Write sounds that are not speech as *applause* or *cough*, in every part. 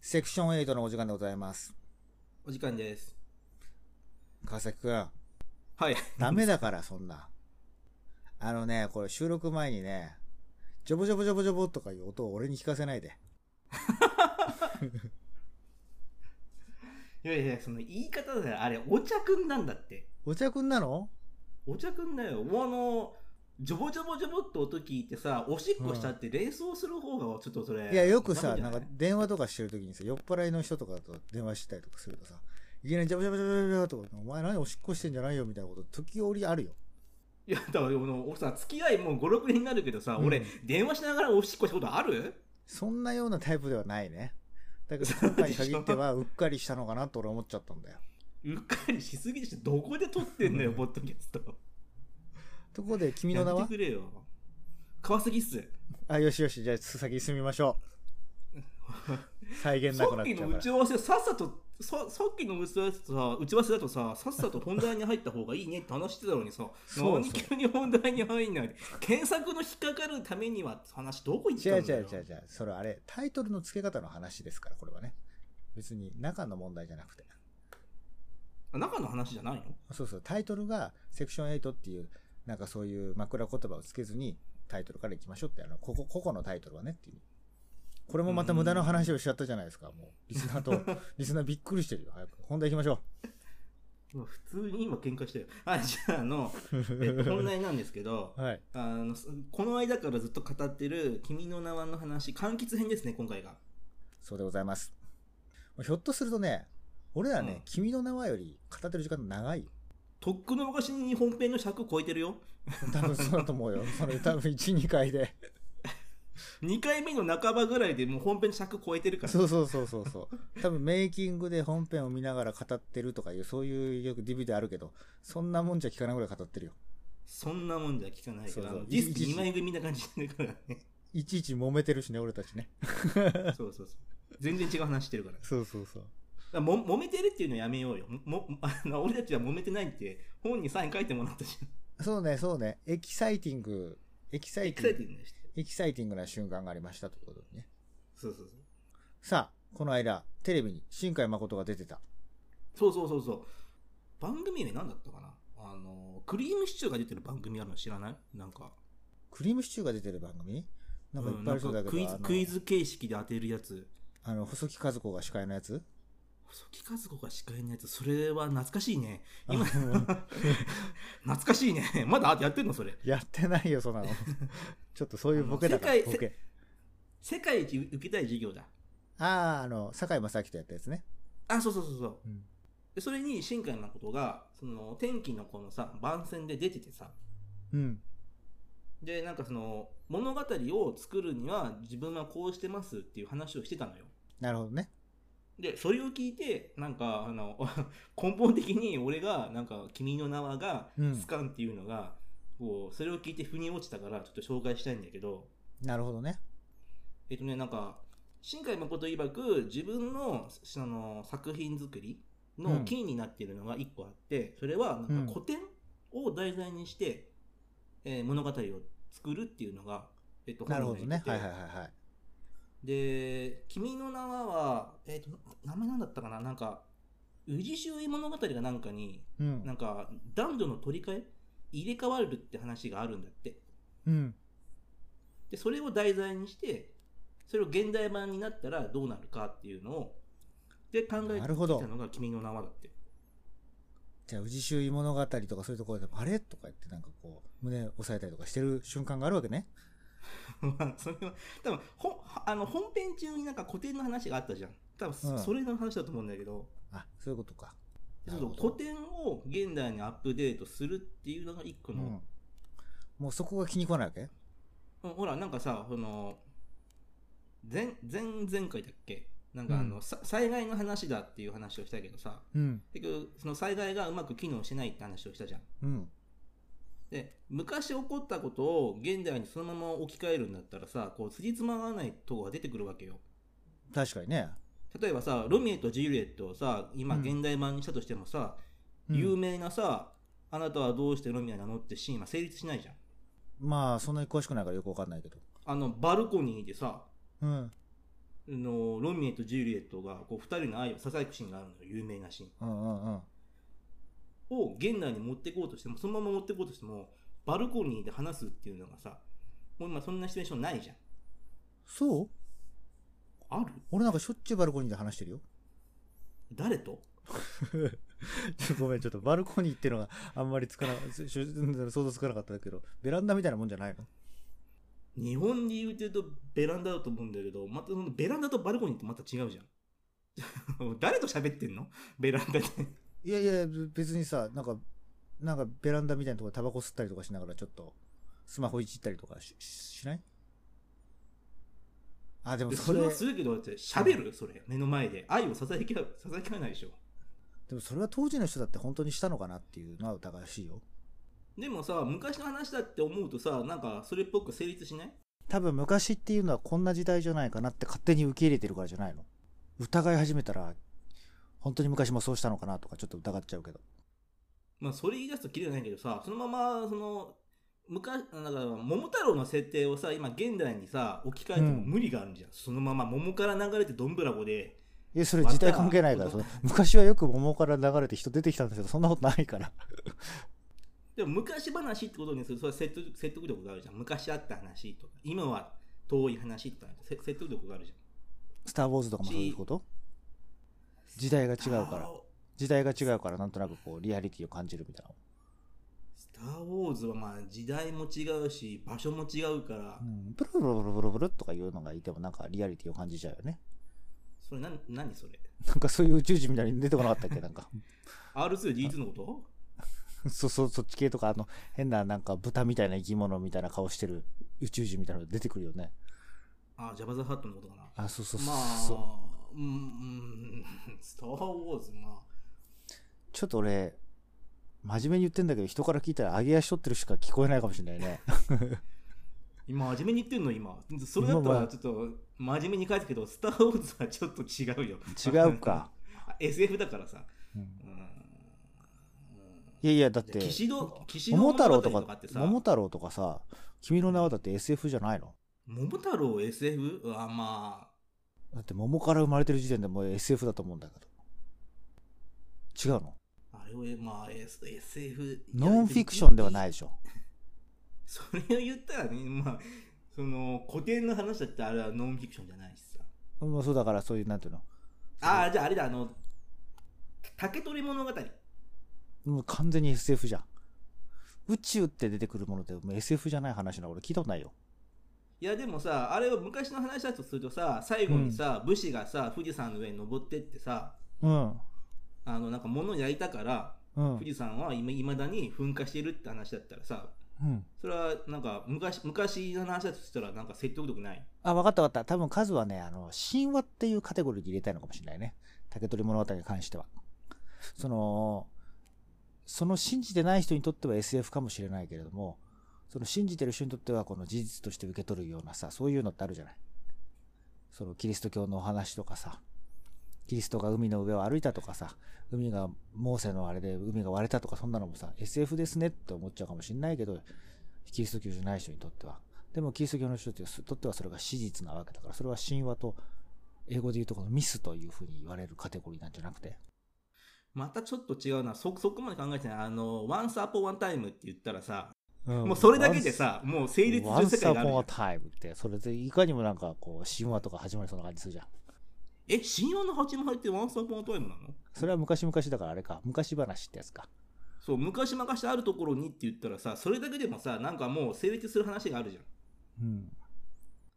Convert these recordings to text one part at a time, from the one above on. セクション8のお時間でございます。お時間です。川崎くん。はい。ダメだから、そんな。あのね、これ収録前にね、ジョボジョボジョボジョボとかいう音を俺に聞かせないで。いやいや、その言い方だよ。あれ、お茶くんなんだって。お茶くんなのお茶くんだよ。もうあの、ジョボジョボジョボって音聞いてさ、おしっこしたって連想する方がちょっとそれ。いや、よくさ、ダメじなゃんいか電話とかしてる時にさ、酔っ払いの人とかと電話したりとかするとさ、いきなりジャブジャブジャブジャブジャブとか、お前何おしっこしてんじゃないよみたいなこと、時折あるよ。いや、だから俺さ、付き合いもう5、6年になるけどさ、うん俺、電話しながらおしっこしたことあるそんなようなタイプではないね。だけど、そう今でしょ回に限っては、うっかりしたのかなと俺思っちゃったんだよ。うっかりしすぎでしょ。どこで撮ってんのよ、ポッドキャスト。ところで、君の名やはめてくれよ。川崎っす。あ、よしよし、じゃあ先進みましょ *laughs* う。再現さなくなっっきちゃのうか打らち。合わせさっさとささっきの打ち合わせとさ打ち合わせだとささっさと本題に入った方がいいねって話してたのにさそうそう何急に本題に入んないで検索の引っかかるためにはって話どこ行っ違たうんだ違よう違う違う。それあれ、タイトルの付け方の話ですから、これはね。別に中の問題じゃなくて。あ中の話じゃないのそうそう、タイトルがセクション8っていう、なんかそういう枕言葉をつけずに、タイトルからいきましょうって、あの、ここ、個々のタイトルはねっていう。これもまた無駄な話をしちゃったじゃないですか、もう。リスナーと、 *laughs* リスナーびっくりしてるよ。早く、本題行きましょ今普通に今喧嘩したよあじゃああの、えっと、本う。題なんですけ *laughs* どはい。あのすこの間からずっと語ってる「君の名は」の話完結編ですね今回がそうでございます。ひょっとするとね、俺らね、うん君の名はより語ってる時間長 *laughs* いよ。とっくの昔に本編の尺超えてるよ多分そうだと思うよ。それ多分1、2回で。 2回目の半ばぐらいでもう本編の尺超えてるか *laughs* らそうそうそうそうそう。多分メイキングで本編を見ながら語ってるとかいう、そういうよく DVD あるけど、そんなもんじゃ聞かないぐらい語ってるよ。そんなもんじゃ聞かないそかうら、そあうのディスクいちいち2枚組みな感じだからね。 *laughs* いちいち揉めてるしね、俺たちね。そうそうそう。全然違う話してるから。だかそうそうそう。らも揉めてるっていうのやめようよ。ももあの俺たちは揉めてないって本にサイン書いてもらったし、そうね、そうね。エキサイティング、エキサエイキテサィンイテグ、ィングでして。エキサイティングな瞬間がありましたということでね。そうそうそう。さあ、この間、テレビに新海誠が出てた。そうそうそうそう。番組名何だったかなあの、クリームシチューが出てる番組あるの知らないなんか。クリームシチューが出てる番組なんかいっうぱいありそうだなけど、んかクイあズのクイズ形式で当てるやつ。あの、細木和子が司会のやつ細木和子が司会のやつ、それは懐かしいね。今、あの懐かしいね。 *laughs* まだやってんのそれ。 *laughs* やってないよ、そん *laughs* なの。ちょっとそういうボケだからあの世、界ボケ。世界一受けたい授業だ。ああ、あの、堺正明とやったやつね。あ、そうそうそうそう。うんでそれに新海誠が、その、天気の子のさ、番宣で出ててさ、うん。で、なんかその、物語を作るには自分はこうしてますっていう話をしてたのよ。なるほどね。で、それを聞いて、なんか、あの、 *laughs* 根本的に俺が、なんか、君の名はがうん、スカンっていうのが、こう、それを聞いて腑に落ちたから、ちょっと紹介したいんだけど、なるほどね。えっとね、なんか、新海誠曰く、自分のその作品作りうのんキーになっているのが一個あって、それはうなんんか古典を題材にして、えー物語を作るっていうのが、えっと、なるほどね。本はいにはいはないっててはい。で、君の名は、えっと、名前なんだったかななんか、宇治周囲物語がなんかに、うなんん。か、男女の取り替え入れ替わるって話があるんだって。うん。でそれを題材にしてそれを現代版になったらどうなるかっていうのをで考えてきなたるほどのが「君の名は」だって *laughs* じゃあ、宇治周囲物語とかそういうところで、あれとか言って、なんかこう、胸押さえたりとかしてる瞬間があるわけね。まあそれは多分ほあの本編中になんか古典の話があったじゃん多分そ,、うんれの話だと思うんだけどあ、そういうことか。そなうるそうほど古典を現代にアップデートするっていうのが一個うの、ん。もうそこが気に食わないわけうんほらなんかさその前前前回だっけなんかあの、うんさ災害の話だっていう話をしたけどさうん。結局その災害がうまく機能しないって話をしたじゃんうん。で昔起こったことを現代にそのまま置き換えるんだったらさこう辻褄が合わないとこが出てくるわけよ確かにね。例えばさ「ロミエとジュリエット」をさ今うん現代版にしたとしてもさ、うん有名なさ「あなたはどうしてロミエなの?」ってシーンは成立しないじゃんまあ、そんなに詳しくないからよくわかんないけど。あのバルコニーでさうん。のロミエとジュリエットがこう2人の愛を支えくシーンがあるのよ有名なシーンうんうんうん。を現代に持ってこうとしてもそのまま持ってこうとしてもバルコニーで話すっていうのがさもう今そんなシチュエーションないじゃんそうある俺なんかしょっちゅうバルコニーで話して *laughs* るよ。誰とちょごめん、ちょっとバルコニーっていうのがあんまりつかな、しし想像つかなかったけど、ベランダみたいなもんじゃないの日本で言うてるとベランダだと思うんだけどまたそのベランダとバルコニーってまた違うじゃん *laughs* 誰と喋ってんのベランダでいやいや、別にさ、なんか、なんかベランダみたいなところでタバコ吸ったりとかしながらちょっと、スマホいじったりとかしししないあ、でもそそれれはは、するけどだって喋るそれ目の前で愛を支えきら支えきらないでしょでもそれは当時の人だって本当にしたのかなっていうのは疑わしいよ。でもさ昔の話だって思うとさなんかそれっぽく成立しない多分昔っていうのはこんな時代じゃないかなって勝手に受け入れてるからじゃないの疑い始めたら、本当に昔もそうしたのかなとかちょっと疑っちゃうけど。まあそれ言い出すときりがないけどさそのままその昔だから桃太郎の設定をさ今現代にさ置き換えても無理があるじゃん、そのまま桃から流れてどんぶらこでいや、それ時代関係ないから、まそたの昔はよく桃から流れて人出てきたんですけど、そんなことないから。でも昔話ってことにするとそれは説得説得力があるじゃん昔あった話とか今は遠い話とかせ説得力があるじゃんスター・ウォーズとかもそういうこと時代が違うから。時代が違うから、なんとなくこう、リアリティを感じるみたいな。スター・ウォーズはまあ時代も違うし場所も違うから、うん、ブルブルブルブルブルとかいうのがいても、なんかリアリティを感じちゃうよね。それな何それなんかそういう宇宙人みたいに出てこなかったっけなんか。 R2D2 のことそ、 *laughs* そ、そっち系とか、あの、変ななんか豚みたいな生き物みたいな顔してる宇宙人みたいなの出てくるよね。あジャバザ・ハットのことかなあ、そうそうそうまそう。あうんうんスター・ウォーズまあちょっと俺、真面目に言ってんだけど、人から聞いたら、上げ足取ってるしか聞こえないかもしれない *laughs* ね。今真面目に言ってんの今それだったまあまらあちょっと真面目に返すけどスター・ウォーズはちょっと違うよ違うか。 *laughs* あ SF だからさうんうんいやいや、だって、岸戸岸戸桃太郎と物語かって、さ桃太郎とかさ、君の名はだって SF じゃないの桃太郎 SF? あまあだって桃から生まれてる時点でもう SF だと思うんだけど。違うのあれはまあ S- SF ノンフィクションではないやいでしょ。それを言ったらねまあその古典の話だってあれはノンフィクションじゃないしさうんまあそうだから、そういう、なんていうの。ああじゃああれだあの竹取物語もう完全に SF じゃん。宇宙って出てくるもので、もう SF じゃない話なの俺聞いたことないよ。いやでもさあれは昔の話だとするとさ最後にさ、武士がさ富士山の上に登ってってさうん。あのなんか物焼いたから、うん。富士山はいまだに噴火してるって話だったらさうん。それはなんか昔昔の話だとしたらなんか説得力ないあ、分かった分かった。多分数はね、あの、神話っていうカテゴリーに入れたいのかもしれないね。竹取物語に関しては。その、その信じてない人にとっては SF かもしれないけれども、その信じてる人にとってはこの事実として受け取るようなさ、そういうのってあるじゃない。そのキリスト教のお話とかさ、キリストが海の上を歩いたとかさ、海が、モーセのあれで海が割れたとかそんなのもさ、SF ですねって思っちゃうかもしれないけど、キリスト教じゃない人にとっては。でもキリスト教の人にとってはそれが史実なわけだから、それは神話と、英語で言うとこのミスというふうに言われるカテゴリーなんじゃなくて。またちょっと違うなそそこまで考えてないあの「Once Upon a Time」って言ったらさもうそれだけで、さもう成立すワるン世サ界があるじポゃンんタイムって、それでいかにもなんかこう、神話とか始まりそうな感じするじゃん。え神話の始まりって「Once Upon a Time」なのそれは昔々だからあれか、昔話ってやつか。そう昔昔あるところにって言ったらさそれだけでもさなんかもう成立する話があるじゃんうん。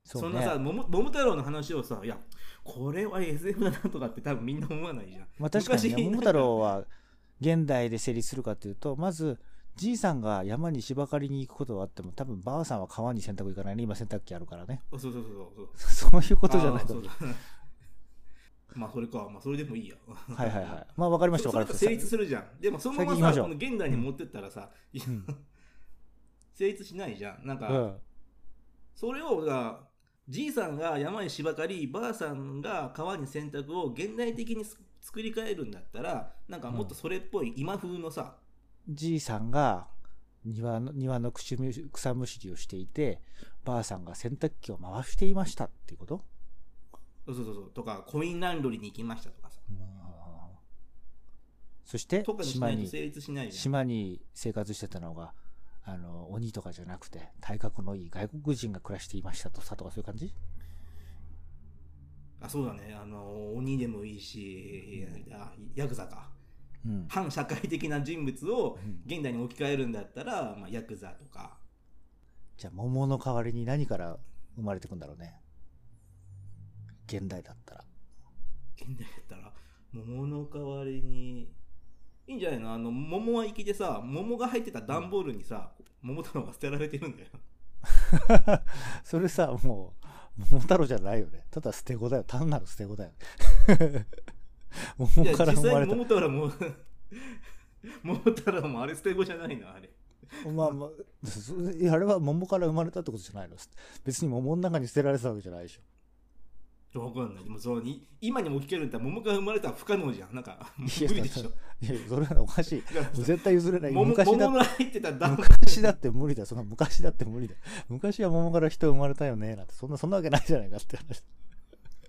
そ,、そうね。んなさ桃桃太郎の話をさいやこれは SF だなとかって多分みんな思わないじゃんまあ確かに、ね、昔桃太郎は現代で成立するかというと、まず、じいさんが山に芝刈りに行くことはあっても、多分ばあさんは川に洗濯行かないね。今洗濯機あるから *laughs* ね。 *laughs* あそうそうそうそうそういうことじゃないあとーそ思うう。そう *laughs* まあそれかまあそれでもいいやはいはいはい。まあ分かりましたそ分かそりれました。と成立するじゃんでもそのま先行きまましさょうこの現代に持ってったらさ、いやうん成立しないじゃんなんか、うん。それをがじいさんが山に芝刈りばあさんが川に洗濯を現代的にす作り変えるんだったらなんかもっとそれっぽい今風のさ、じいさんが庭の庭の草む草むしりをしていて、ばあさんが洗濯機を回していましたっていうことそうそうそうとかコインランドリーに行きましたとかさそしてとかにし島ないとに成立しないじゃん島に生活してたのがあの鬼とかじゃなくて体格のいい外国人が暮らしていましたとさとかそういう感じあそうだねあの鬼でもいいし、あヤクザかうん反社会的な人物をうん現代に置き換えるんだったら、まあ、ヤクザとかじゃあ桃の代わりに何から生まれてくんだろうね現代だったら現代だったら桃の代わりにいいんじゃないのあの桃は粋でさ桃が入ってた段ボールにさ、桃太郎が捨てられてるんだよ *laughs* それさもう桃太郎じゃないよねただ捨て子だよ単なる捨て子だよ *laughs* い *laughs* 桃やから実生ま際れたに桃太郎も *laughs* 桃太郎もあれ捨て子じゃないのあれまあまあそいやあれは桃から生まれたってことじゃないの別に桃の中に捨てられてたわけじゃないでしょわかんないでもそうに今にも聞けるんだったら桃が生まれたら不可能じゃんなんか無いや理でしょいやそれはおかしいだから絶対譲れない桃昔だ桃が入ってた段 *laughs* ボール昔だって無理だよそんな昔だって無理だよ昔は桃から人生まれたよねなんてそんなそんなわけないじゃないかって話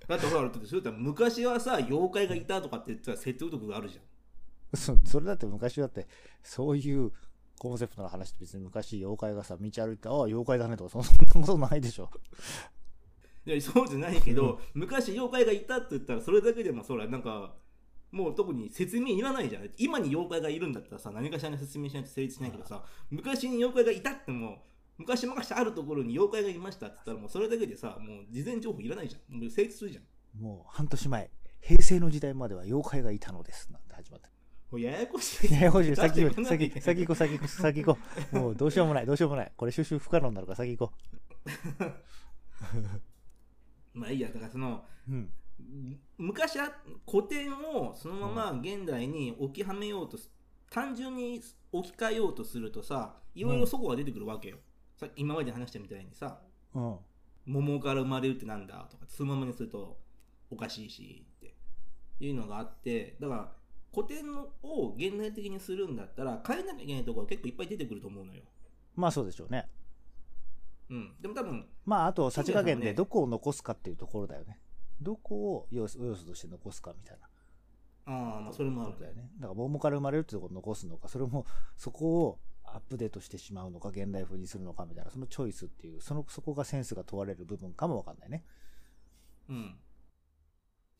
だってほらだってそうだったら昔はさ妖怪がいたとかって言ってたら説得力があるじゃんそそれだって昔だってそういうコンセプトの話って別に昔妖怪がさ道歩いてああ妖怪だねとかそんそんなことないでしょいやそうじゃないけど、昔妖怪がいたって言ったらそれだけでもそらなんかもう特に説明いらないじゃん今に妖怪がいるんだったらさ何かしらの説明しないと成立しないけどさ昔に妖怪がいたっても昔昔あるところに妖怪がいましたって言ったらもうそれだけでさもう事前情報いらないじゃんもう成立するじゃんもう半年前平成の時代までは妖怪がいたのですなんて始まってもうややこしいややこしい先だ行っこてこうんなの先行先行こう先行こう先行こうもうどうしようもないどうしようもないこれ収集不可能になるから先行こまあいいやだからそのううん昔は古典をそのまま現代に置きはめようとす、単純に置き換えようとするとさいろいろそこが出てくるわけよ、さっき今まで話したみたいにさうん桃から生まれるってなんだとかそのままにするとおかしいしっていうのがあってだから古典を現代的にするんだったら変えなきゃいけないところが結構いっぱい出てくると思うのよ、まあそうでしょうねうん、でも多分まああとさじ加減そうだでよねどこを残すかっていうところだよねどこを要素要素として残すかみたいなああまあそれもあるだよね。だから桃から生まれるってところを残すのか、それもそこをアップデートしてしまうのか、現代風にするのかみたいな、そのチョイスっていう、そのそこがセンスが問われる部分かもわかんないね。うん。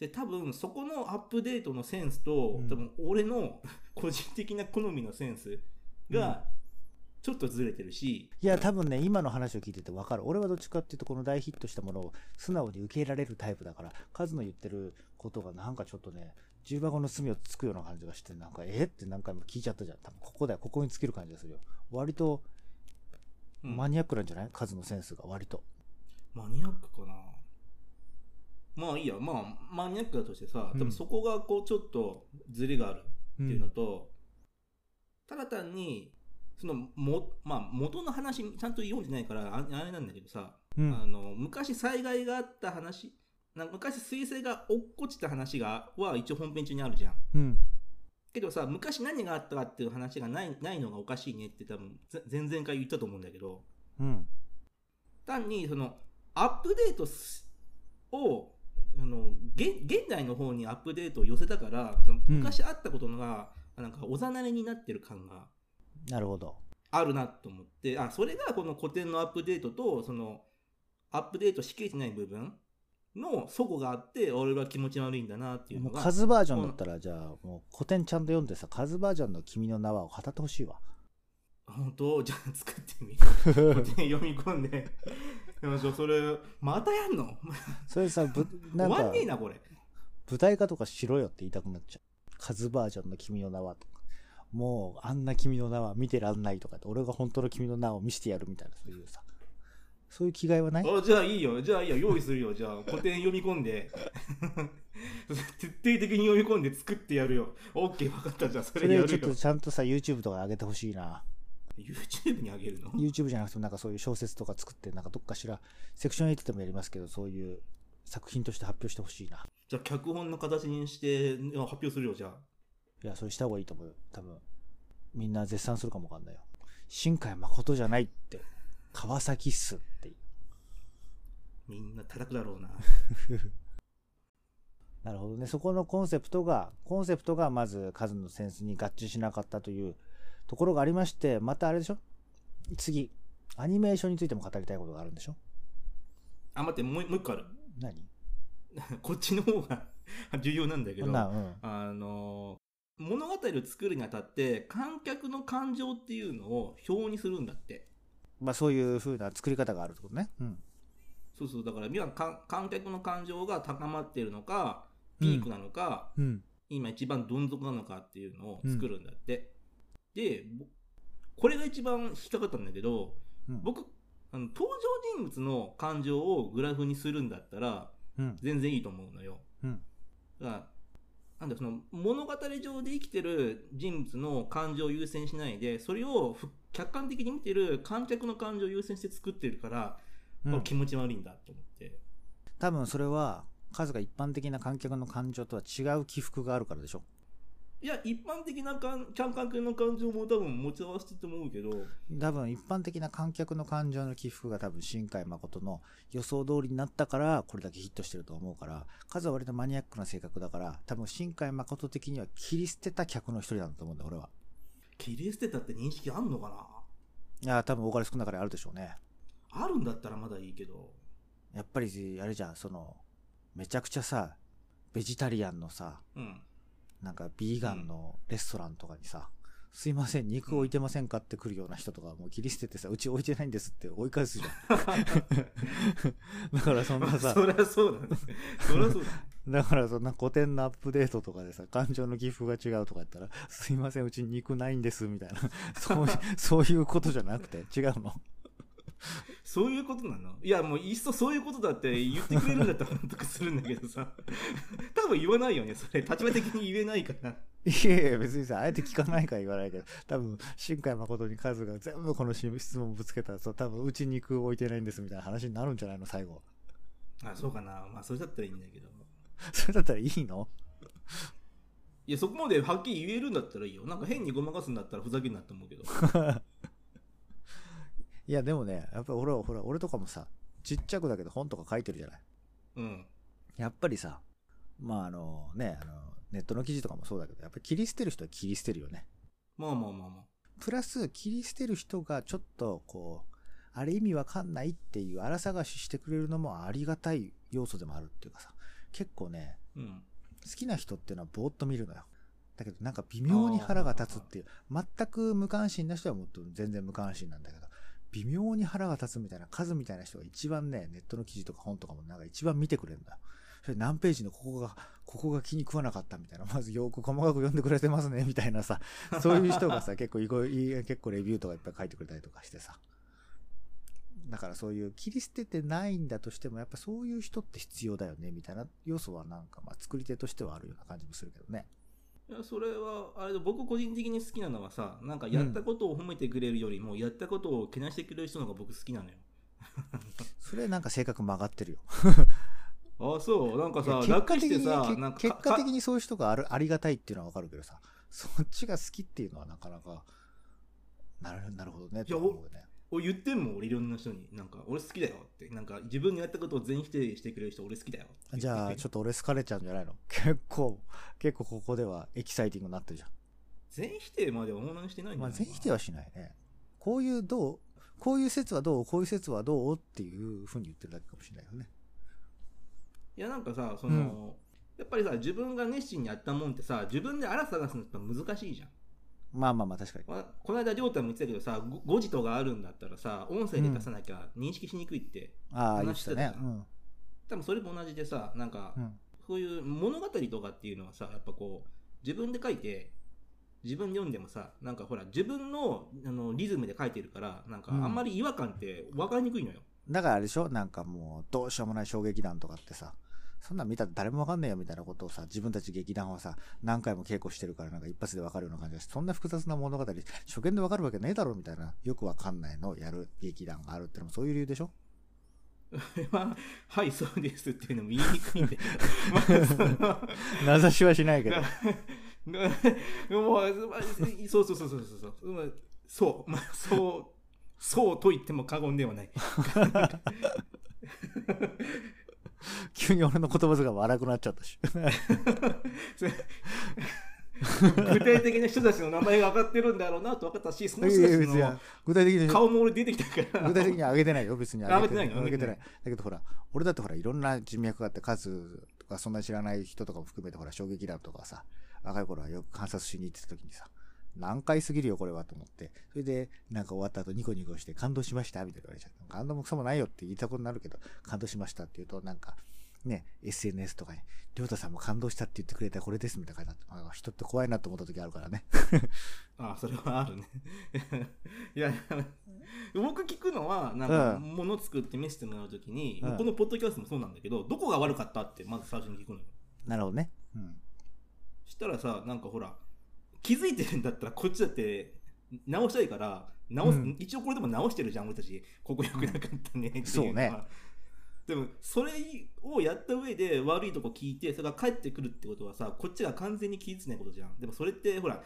で、多分そこのアップデートのセンスと、うん多分俺の *laughs* 個人的な好みのセンスがちょっとずれてるし、いや、多分ね、今の話を聞いててわかる。俺はどっちかっていうと、この大ヒットしたものを素直に受け入れられるタイプだから、カズの言ってることがなんかちょっとね、重箱の隅をつくような感じがして、なんか、えって何回も聞いちゃったじゃん。多分ここだよ、ここにつける感じがするよ。割とうんマニアックなんじゃない、カズのセンスが割と。マニアックかな。まあいいや、まあマニアックだとしてさ、うん多分そこがこうちょっとずれがあるっていうのと、ただ単に、そのも、まあ、元の話ちゃんと読んでないからああれなんだけどさ、うんあの昔災害があった話なんか昔彗星が落っこちた話がは一応本編中にあるじゃんうん。けどさ昔何があったかっていう話がないないのがおかしいねって多分ぜ前々回言ったと思うんだけどうん。単にそのアップデートすをあの現現代の方にアップデートを寄せたからそのうん昔あったことのが、なんかおざなりになってる感がなるほど。あるなと思ってあそれがこの古典のアップデートとそのアップデートしきれてない部分の底があって俺は気持ち悪いんだなっていうものうがカズバージョンだったら、じゃあ、もう古典ちゃんと読んでさ、カズバージョンの君の名はを語ってほしい *laughs* わ。本当 *laughs* じゃあ作ってみ古典読み込んで *laughs* でもそれまたやんのそれさ、ぶな終んわかんねえ、なこれ舞台化とかしろよって言いたくなっちゃう。カズバージョンの君の名はとか。もう、あんな君の名は見てらんないとかって、俺が本当の君の名を見せてやるみたいな、そういうさ。そういう気概はないあじゃあいいよじゃあいいよ用意するよじゃあ古典読み込んで *laughs* 徹底的に読み込んで作ってやるよ OK 分かったじゃあそそれれやるちょっよとちゃんとさ、YouTube とかに上げてほしいな。 YouTube にあげるの YouTube じゃなくてもなんかそういう小説とか作って、なんかどっかしら、セクション8でもやりますけど、そういう作品として発表してほしいな。じゃあ脚本の形にしていや発表するよじゃあいや、それした方がいいと思うよ。多分、みんな絶賛するかもわかんないよ。新海誠じゃないって、川崎っすって。みんな叩くだろうななるほどね。そこのコンセプトが、コンセプトがまず数のセンスに合致しなかったというところがありまして、またあれでしょ次、アニメーションについても語りたいことがあるんでしょあ待ってもうもう一個ある *laughs* 何こっちの方が *laughs* 重要なんだけそどんな、うん。あの物語を作るにあたって観客の感情っていうのを表にするんだってまあそういう風な作り方があるってことね。うん。そうそうだから今か観客の感情が高まっているのかピークなのか、うん。今一番どん底なのかっていうのを作るんだって、でぼこれが一番引っかかったんだけどうん、僕あの登場人物の感情をグラフにするんだったらうん。全然いいと思うのよ。うんだからなんだその物語上で生きてる人物の感情を優先しないでそれをふ客観的に見てる観客の感情を優先して作ってるから、うんあ気持ち悪いんだと思って多分それは、数が一般的な観客の感情とは違う起伏があるからでしょ。いや一般的な感観客の感情も多分持ち合わせてると思うけど多分一般的な観客の感情の起伏が多分新海誠の予想通りになったからこれだけヒットしてると思うから数は割とマニアックな性格だから多分新海誠的には切り捨てた客の一人なんだと思うんだ俺は切り捨てたって認識あんのかないや多分お金少なからあるでしょうねあるんだったらまだいいけどやっぱりあれじゃんそのめちゃくちゃさベジタリアンのさ *laughs* うんなんかビーガンのレストランとかにさ、すいません肉置いてませんかって来るような人とかもう切り捨ててさうち置いてないんですって追い返すじゃんだからそんなさ *laughs* そりゃそうだねそりゃそうだねだからそんな古典のアップデートとかでさ、感情の起伏が違うとか言ったら、すいません、うち肉ないんです、みたいな。 *laughs* そうい、そういうことじゃなくて、違うの。 *laughs* そういうことなのいやもういっそそういうことだって言ってくれるんだったら納得するんだけどさ *laughs* 多分言わないよねそれ立場的に言えないからいやいや、別にさ、あえて聞かないから言わないけど、多分、新海誠に数が全部この質問ぶつけたらさ、多分、うち肉置いてないんです、みたいな話になるんじゃないの、最後。 *laughs* あそうかなまあそれだったらいいんだけどそれだったらいいのいやそこまではっきり言えるんだったらいいよなんか変にごまかすんだったらふざけんなと思うけどいや、でもね、やっぱ俺は、ほら、俺とかもさ、ちっちゃくだけど本とか書いてるじゃない。 *laughs* うんやっぱりさ、まああのね、あの、ネットの記事とかもそうだけど、やっぱり切り捨てる人は切り捨てるよね。まあまあまあまあプラス切り捨てる人がちょっとこうあれ意味わかんないっていう荒探ししてくれるのもありがたい要素でもあるっていうかさ結構ねうん好きな人っていうのはぼーっと見るのよだけどなんか微妙に腹が立つっていう全く無関心な人はもっと全然無関心なんだけど微妙に腹が立つみたいな数みたいな人が一番ねネットの記事とか本とかもなんか一番見てくれるんだよそれ何ページのここがここが気に食わなかったみたいなまずよく細かく読んでくれてますねみたいなさそういう人がさ、結構いごい、結構レビューとかいっぱい書いてくれたりとかしてさ。だからそういう切り捨ててないんだとしても、やっぱそういう人って必要だよね、みたいな要素はなんか、まあ作り手としてはあるような感じもするけどね。いやそれはあれだ僕個人的に好きなのはさなんかやったことを褒めてくれるよりも、やったことをけなしてくれる人の方が僕好きなのよそれなんか性格曲がってるよ。あそうなんかいやさ結楽果的してにさねなんかけ結果的かにそういう人があるありがたいっていうのはわかるけどさ、そっちが好きっていうのはなかなか、なるなるほどね、と思うよね。俺言ってんもん俺いろんな人になんか俺好きだよってなんか自分のやったことを全否定してくれる人俺好きだよってじゃあ、ちょっと俺好かれちゃうんじゃないの *laughs* 結構、結構ここではエキサイティングになってるじゃん。全否定まではオーナーしてないんだまあ、よ全否定はしないね。こういうどう、こういう説はどう、こういう説はどうっていうふうに言ってるだけかもしれないよね。いやなんかさその、やっぱりさ自分が熱心にやったもんってさ自分で荒探すのって難しいじゃんまあまあまあ、確かに。わこの間亮太も言ってたけどさごゴジトがあるんだったらさ音声で出さなきゃ認識しにくいって、ああ、言っ話てしたてたね。う。なん多分それも同じでさなんか、うん。そういう物語とかっていうのはさやっぱこう自分で書いて自分で読んでもさなんかほら自分のあのリズムで書いてるからなんかあうんんまり違和感って分かりにくいのよ、 *laughs* だからあれでしょなんかもう、どうしようもない衝撃弾とかってさ、そんなん見たら誰もわかんねえよみたいなことをさ、自分たち劇団はさ、何回も稽古してるからなんか一発でわかるような感じだし、そんな複雑な物語、初見でわかるわけねえだろみたいな、よくわかんないのをやる劇団があるってのもそういう理由 *laughs* でしょこれは「はいそうです」っていうのも言いにくいんだ *laughs* けどまあその名指しはしないけどな。なもう *laughs* まあそうそうそうそうそうそうまあそう、まあ、そうそうと言っても過言ではない急に俺の言葉遣いも荒くなっちゃったし。具体的な人たちの名前が上がってるんだろうなと分かった *laughs* し、その人たちいやの具体的に、顔も俺出てきたから。具体的には上げてないよ、別に。上げてないの上げてない上げて。だけどほら、俺だってほら、いろんな人脈があって、数とか、そんなに知らない人とかも含めて、ほら、衝撃だとかさ、若い頃はよく観察しに行ってた時にさ、何回すぎるよ、これはと思って。それで、なんか終わった後、ニコニコして、感動しましたみたいな言われちゃって、感動もクソもないよって言いたことになるけど、感動しましたって言うと、なんか、ね、SNS とかに、りょうたさんも感動したって言ってくれたこれですみたいな感じになってあ人って怖いなと思った時あるからね。 *laughs* あそれはあるね。 *laughs* いや、僕聞くのは、なんか、うん物作って見せてもらうときに、うんこのポッドキャストもそうなんだけど、どこが悪かったって、まず最初に聞くのよ。なるほどね。うん。そしたらさ、なんかほら、気づいてるんだったら、こっちだって、直したいから、直す、うん一応これでも直してるじゃん、俺たち。ここ良くなかったねっていのはそうね。でも、それをやった上で悪いとこ聞いて、それが返ってくるってことはさ、こっちが完全に気づいてないことじゃん。でもそれって、ほら、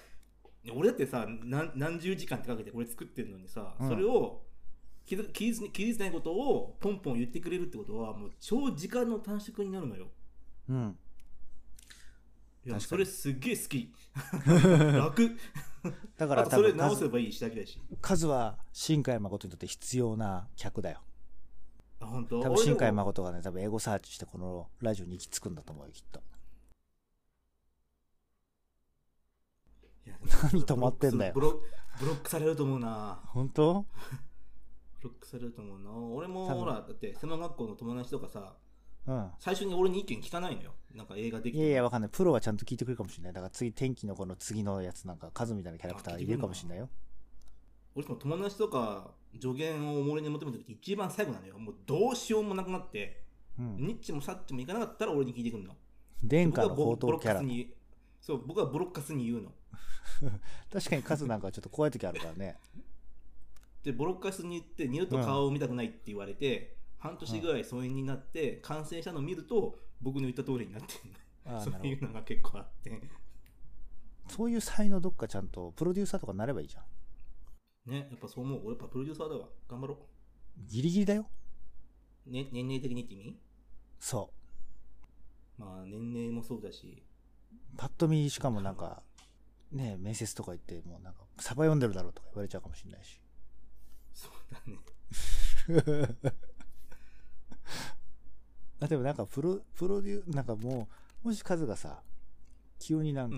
俺だってさ、何何十時間ってかけてこれ作ってるのにさ、うんそれを気づ気づいて気づいてないことをポンポン言ってくれるってことは、もう超時間の短縮になるのよ。うん。い確や、かそにれすっげえ好 *laughs* き。楽。だかあらと多それ分直数せばいいしだけだし。数は新海誠にとって必要な客だよあ、本当。多分新海俺でも誠がね多分英語サーチしてこのラジオに行き着くんだと思うよきっといやでも何止まってんだよブロックブロックされると思うな。本当ブロックされると思うな。俺も多分ほら、だって専門学校の友達とかさ、うん最初に俺に意見聞かないのよ。なんか映画できいてもやいやわかんないプロはちゃんと聞いてくれるかもしれないだから次天気のこの次のやつなんか数みたいなキャラクターいるかもしれないよ俺その友達とか助言を俺に求めた時一番最後なのよ。もうどうしようもなくなって、うんニッチもサッチもいかなかったら俺に聞いてくるの。殿下の僕は宝ボ刀ロッキャカラスに、そう、僕はボロッカスに言うの。確かに数なんかはちょっと怖い時あるから *laughs* ねでボロッカスに行って二度と顔を見たくないって言われて、半年ぐらい疎遠になって感染したのを見ると僕の言った通りになってるああそなうるいほうのが結構あってどそういう才能どっかちゃんとプロデューサーとかになればいいじゃんねやっぱそう思う俺やっぱプロデューサーだわ頑張ろギリギリだよう、ね、年齢的にって意味そまあ年齢もそうだしうパッと見しかもなんかね面接とか行ってもうなんかサバ読んでるだろうとか言われちゃうかもしれないしそうだねあでもなんかプロプロデュなんかもうもしカズがさ急になんか、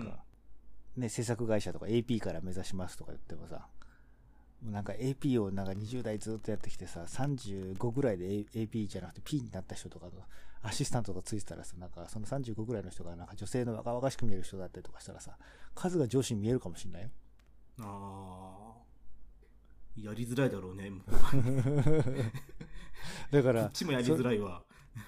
ね制作会社とか AP から目指しますとか言ってもさなんか AP をなんか20代ずっとやってきてさ35ぐらいで A- AP じゃなくて P になった人とかのアシスタントがついてたらさなんかその35ぐらいの人がなんか女性の若々しく見える人だったりとかしたらさカズが上司に見えるかもしんないよああやりづらいだろうねもうだかこらっちもやりづらいわ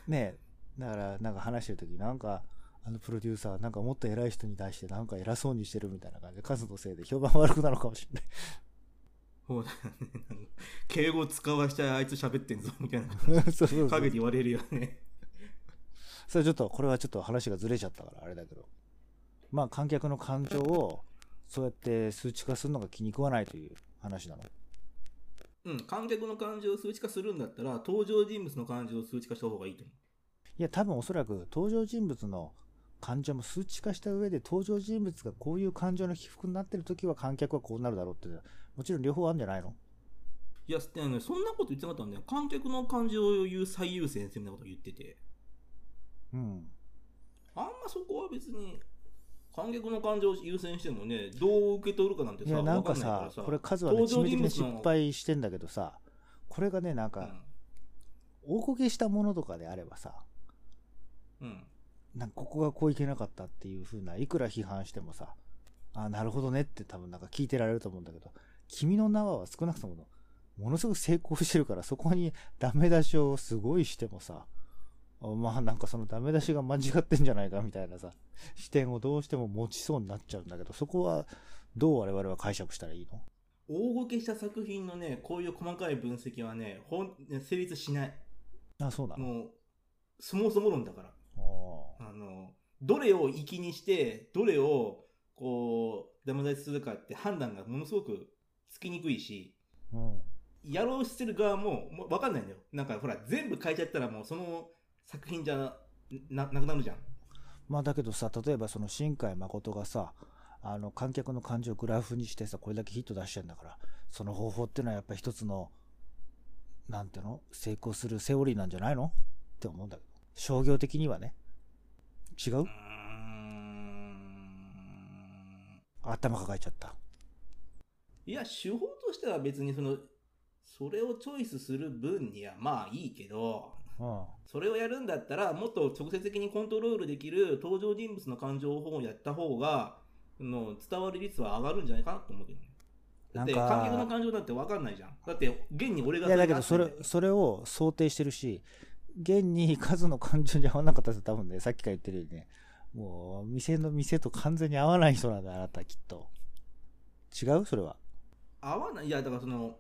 ねえだからなんか話してる時なんかあのプロデューサーなんかもっと偉い人に対してなんか偉そうにしてるみたいな感じで数のせいで評判悪くなるかもしれない *laughs* そうだねなんか敬語使わしてあいつ喋ってんぞみたいな感じそうそうそ陰うで言われるよねそれちょっとこれはちょっと話がずれちゃったからあれだけどまあ観客の感情をそうやって数値化するのが気に食わないという話なのうん、観客の感情を数値化するんだったら、登場人物の感情を数値化した方がいいと思いや多分おそらく登場人物の感情も数値化した上で登場人物がこういう感情の起伏になってる時は観客はこうなるだろうっていうのはもちろん両方あるんじゃないのう。いや、でもね、そんなこと言ってなかったんだよ。観客の感情を言う最優先性みたいなこと言ってて、うんあんまそこは別に、観客の感情を優先してもね、どう受け取るかなんていさ、やなんわかんないさらさこれ数はね致登場命的人な物失の敗してんだけどさこれがねなんうかん大こけしたものとかであればさうん。なんかここがこういけなかったっていう風ないくら批判してもさあなるほどねって多分なんか聞いてられると思うんだけど「君の名は」は少なくともものすごく成功してるからそこにダメ出しをすごいしてもさあまあなんかそのダメ出しが間違ってんじゃないかみたいなさ視点をどうしても持ちそうになっちゃうんだけどそこはどう我々は解釈したらいいの大ごけした作品のね、こういう細かい分析はね、ほんね成立しない。あそうなのもう、そもそも論だから。ああの、どれを粋にして、どれを、こう、ダメ出しするかって判断がものすごくつきにくいし、ーうんやろうしてる側も、もうわかんないんだよ。なんかほら、全部変えちゃったらもうその作品じゃななくなるじゃんまあだけどさ例えばその新海誠がさあの観客の感情をグラフにしてさこれだけヒット出してんだからその方法っていうのはやっぱり一つのなんていうの成功するセオリーなんじゃないのって思うんだけど商業的にはね違ううーん頭抱えちゃったいや手法としては別にそのそれをチョイスする分にはまあいいけどうんそれをやるんだったらもっと直接的にコントロールできる登場人物の感情をやった方がの伝わる率は上がるんじゃないかなと思うけどねだってなんか観客の感情だって分かんないじゃんだって現に俺がいやだけどそれれそれを想定してるし現に数の感情に合わなかったら多分ねさっきから言ってるようにねもう店の店と完全に合わない人なんだあなたきっと違うそれは合わないいやだからその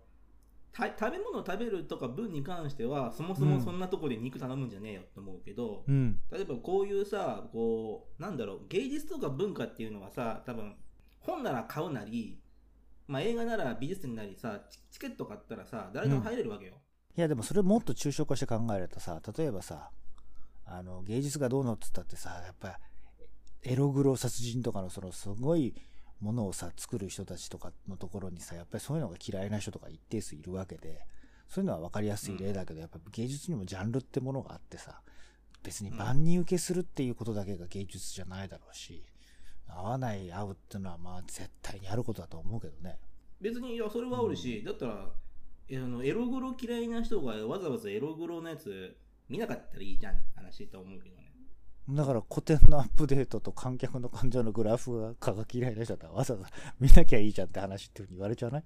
た食べ物を食べるとか分に関してはそもそもそんなとこで肉頼むんじゃねえよって思うけど、うん例えばこういうさこうなんだろう芸術とか文化っていうのはさ多分本なら買うなり、まあ、映画なら美術になりさチチケット買ったらさ誰でも入れるわけよ、いやでもそれもっと抽象化して考えるとさ例えばさあの芸術がどうのっつったってさやっぱエログロ殺人とかのそのすごいものをさ作る人たちとかのところにさやっぱりそういうのが嫌いな人とか一定数いるわけでそういうのは分かりやすい例だけど、やっぱ芸術にもジャンルってものがあってさ別に万人受けするっていうことだけが芸術じゃないだろうし合わない合うっていうのはまあ絶対にあることだと思うけどね別にいやそれはあるし、だったらえあのエログロ嫌いな人がわざわざエログロのやつ見なかったらいいじゃんって話と思うけどねだから古典のアップデートと観客の感情のグラフがが嫌いな人だったらわざわざ見なきゃいいじゃんって話っていうふうに言われちゃわない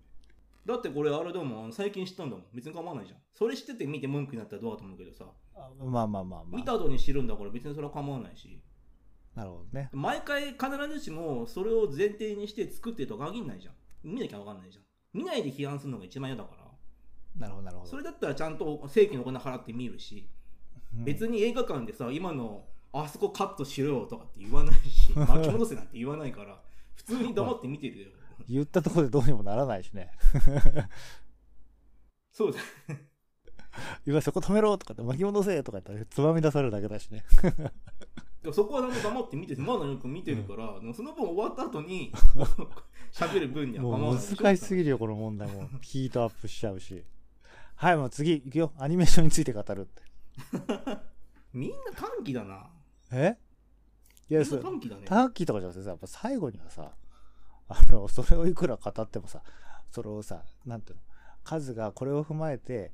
だってこれあれだもん最近知ったんだもん別に構わないじゃんそれ知ってて見て文句になったらどうだと思うけどさあまあまあまあま見あ。た後に知るんだから別にそれは構わないしなるほどね。毎回必ずしもそれを前提にして作ってるとは限らないじゃん見なきゃ分かんないじゃん見ないで批判するのが一番嫌だからなるほど、なるほど。それだったらちゃんと正規のお金払って見るしうん別に映画館でさ今のあそこカットしろよとかって言わない *laughs* し巻き戻せなんて言わないから普通に黙って見てるよ言ったところでどうにもならないしね。そうだ今そこ止めろとかって巻き戻せとか言ってつまみ出されるだけだしね。でもそこはちゃんと黙って見ててまだよく見てるから、でもその分終わった *laughs* 後に喋る分には構わもなういでしょ難しすぎるよ、この問題も。ヒートアップしちゃうし。はい、もう次行くよ。アニメーションについて語るって。みんな短気だなえいみんや、なそう。短気だねターキーとかじゃなくてさ、やっぱ最後にはさ、あの、 *laughs* それをいくら語ってもさ、それをさ、なんていうの、数がこれを踏まえて、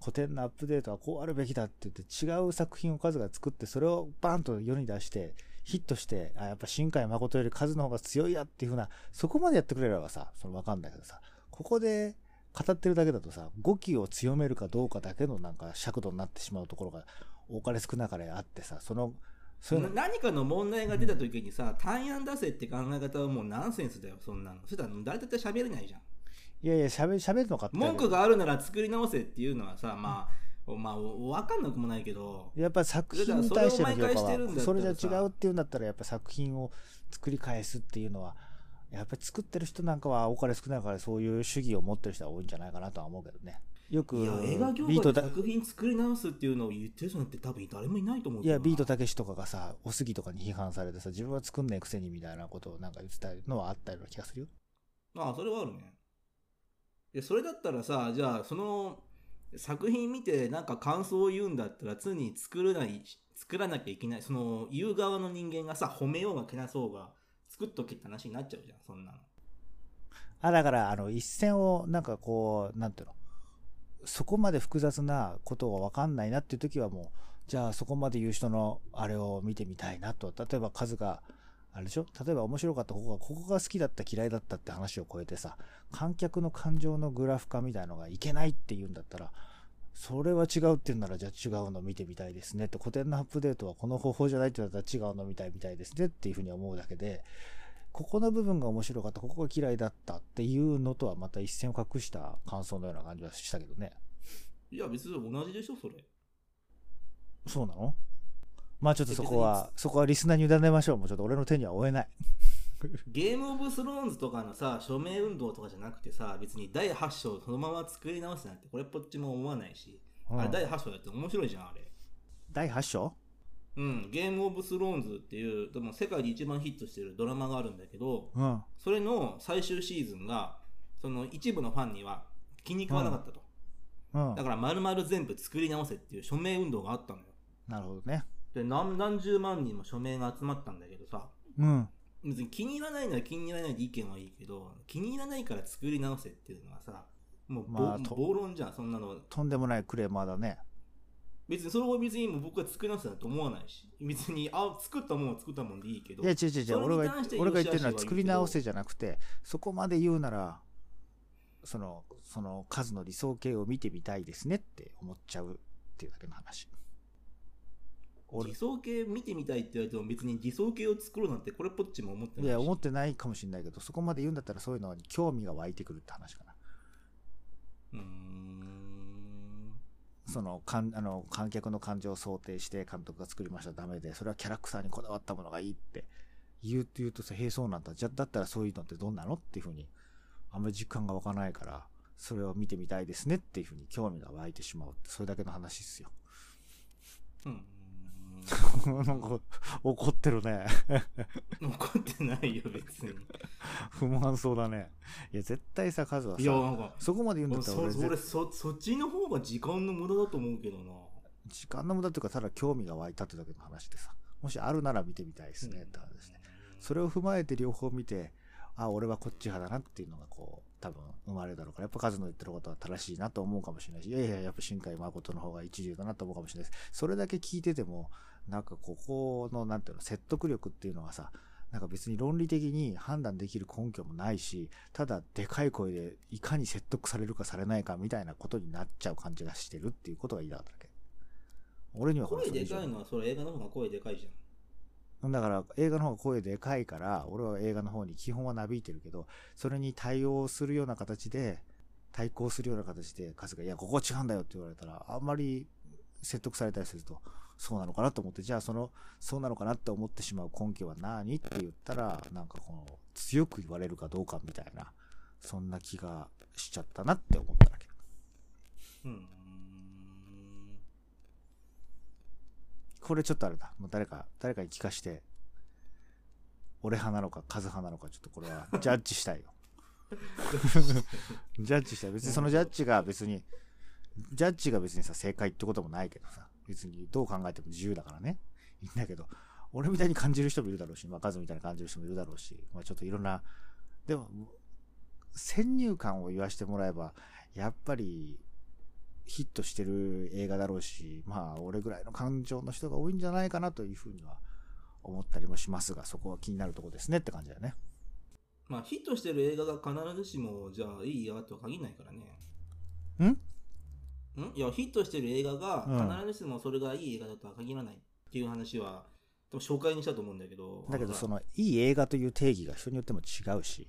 古典のアップデートはこうあるべきだって言って、違う作品を数が作って、それをバンと世に出して、ヒットして、あ、やっぱ新海誠より数の方が強いやっていうふうな、そこまでやってくれればさ、そのわかんないけどさ、ここで語ってるだけだとさ、語気を強めるかどうかだけのなんか尺度になってしまうところが、多かれ少なかれあってさ、その、そういうのな何かの問題が出た時にさ、対案出せって考え方はもうナンセンスだよ、そんなの。そしたら誰だって喋れないじゃん。いやいや、喋喋るのかって。文句があるなら作り直せっていうのはさ、まあ、まあ、分かんなくもないけど、やっぱ作品に対しての評だからそれを毎回して価るんだったはらそれじゃ違うっていうんだったらやっぱ作品を作り返すっていうのはやっぱり作ってる人なんかは多かれ少ないからそういう主義を持ってる人は多いんじゃないかなとは思うけどねよくいや、映画業ビート界でだ作品作り直すっていうのを言ってる人なんて多分誰もいないと思ういけどやなビートたけしとかがさおすぎとかに批判されてさ自分は作んねえくせにみたいなことをなんか言ってたのはあったような気がするよああ、それはあるね。で、それだったらさ、じゃあ、その作品見てなんか感想を言うんだったら、常に作らない、作らなきゃいけない、その言う側の人間がさ、褒めようがけなそうが、作っとけって話になっちゃうじゃん、そんなの。あだからあの一線をなんかこうなんていうのそこまで複雑なことが分かんないなっていう時はもうじゃあそこまで言う人のあれを見てみたいなと例えば数があれでしょ例えば面白かったここがここが好きだった嫌いだったって話を超えてさ観客の感情のグラフ化みたいのがいけないっていうんだったらそれは違うって言うならじゃあ違うの見てみたいですねと古典のアップデートはこの方法じゃないって言ったら違うの見たいみたいですねっていうふうに思うだけでここの部分が面白かったここが嫌いだったっていうのとはまた一線を画した感想のような感じはしたけどねいや、別に同じでし *laughs* ょ、それ。そうなのまあちょっとそこはそこはリスナーに委ねましょうもうちょっと俺の手には負えないゲームオブスローンズとかのさ、署名運動とかじゃなくてさ、別に第8章をそのまま作り直すなんて、これっぽっちも思わないし、うんあれ第8章だって面白いじゃん、あれ。第8章うん、ゲームオブスローンズっていう、多分世界で一番ヒットしてるドラマがあるんだけど、うん。それの最終シーズンが、その一部のファンには気に食わなかったと。うんだ。から丸々全部作り直せっていう署名運動があったのよ。なるほどね。で、何何十万人も署名が集まったんだけどさ、うん。別に気に入らないなら気に入らないで意見はいいけど、気に入らないから作り直せっていうのはさ、もうぼ、まあと暴論じゃん、そんなの。とんでもないクレーマーだね。別にそれを別にもう僕は作り直せだと思わないし、別に、あ、作ったもんは作ったもんでいいけどいや、違う違う違う。俺がそれに関して俺が言ってるの良し悪しは言うけはど作り直せじゃなくて、そこまで言うなら、その、その数の理想形を見てみたいですねって思っちゃうっていうだけの話。俺、理い想系見てみたいって言われても別に理想系を作ろうなんてこれっぽっちも思ってないしや、思ってないかもしれないけど、そこまで言うんだったらそういうのに興味が湧いてくるって話かな。うーんその、かんあの観客の感情を想定して監督が作りましたらダメで、それはキャラクターにこだわったものがいいって言うって言うとさ、へえ、そうなんだ。じゃ、だったらそういうのってどんなのっていうふうに、あんまり実感が湧かないから、それを見てみたいですねっていうふうに興味が湧いてしまうって、それだけの話ですよ。 *laughs* うーんなんか、怒ってるね。 *laughs* 怒ってないよ別に不満そうだね。いや、絶対さ、カズはいやさ、なんかそこまで言うんだったらそ俺それ絶、そそっちの方が時間の無駄だと思うけどな時間の無駄っていうか、ただ興味が湧いたってだけの話でさ、もしあるなら見てみたいですねって話ですね。それを踏まえて両方見て、あ、俺はこっち派だなっていうのがこう、多分生まれるだろうから、やっぱカズの言ってることは正しいなと思うかもしれないし、いやいや、やっぱ新海誠の方が一流だなと思うかもしれないです。それだけ聞いてても、なんかここの、なんていうの、説得力っていうのはさ、なんか別に論理的に判断できる根拠もないし、ただでかい声でいかに説得されるかされないかみたいなことになっちゃう感じがしてるっていうことが言いたかっただけ。俺にはほら声それで以上かいのはそれ映画の方が声でかいじゃんだから映画の方が声でかいから、俺は映画の方に基本はなびいてるけど、それに対応するような形で、対抗するような形で、カズが、いや、ここは違うんだよって言われたら、あんまり説得されたりすると、そうなのかなと思って、じゃあその、そうなのかなって思ってしまう根拠は何って言ったら、なんかこの、強く言われるかどうかみたいな、そんな気がしちゃったなって思っただけ。うーんこれちょっとあれだ。もう誰か、誰かに聞かして、俺派なのか、カズ派なのか、ちょっとこれは、ジャッジしたいよ。 *laughs* ジャッジしたい。別にそのジャッジが別に、ジャッジが別にさ、正解ってこともないけどさ、別にどう考えても自由だからね。いいんだけど、俺みたいに感じる人もいるだろうし、まあ、カズみたいに感じる人もいるだろうし、まあ、ちょっといろんな、でも、先入観を言わしてもらえば、やっぱり、ヒットしてる映画だろうし、まあ、俺ぐらいの感情の人が多いんじゃないかなというふうには思ったりもしますが、そこは気になるところですねって感じだよね。まあヒットしてる映画が必ずしもじゃあいい映画とは限らないからねんんいやヒットしてる映画うんが必ずしもそれがいい映画だとは限らないっていう話は多分紹介にしたと思うんだけどだけど、あのさその、いい映画という定義が人によっても違うし、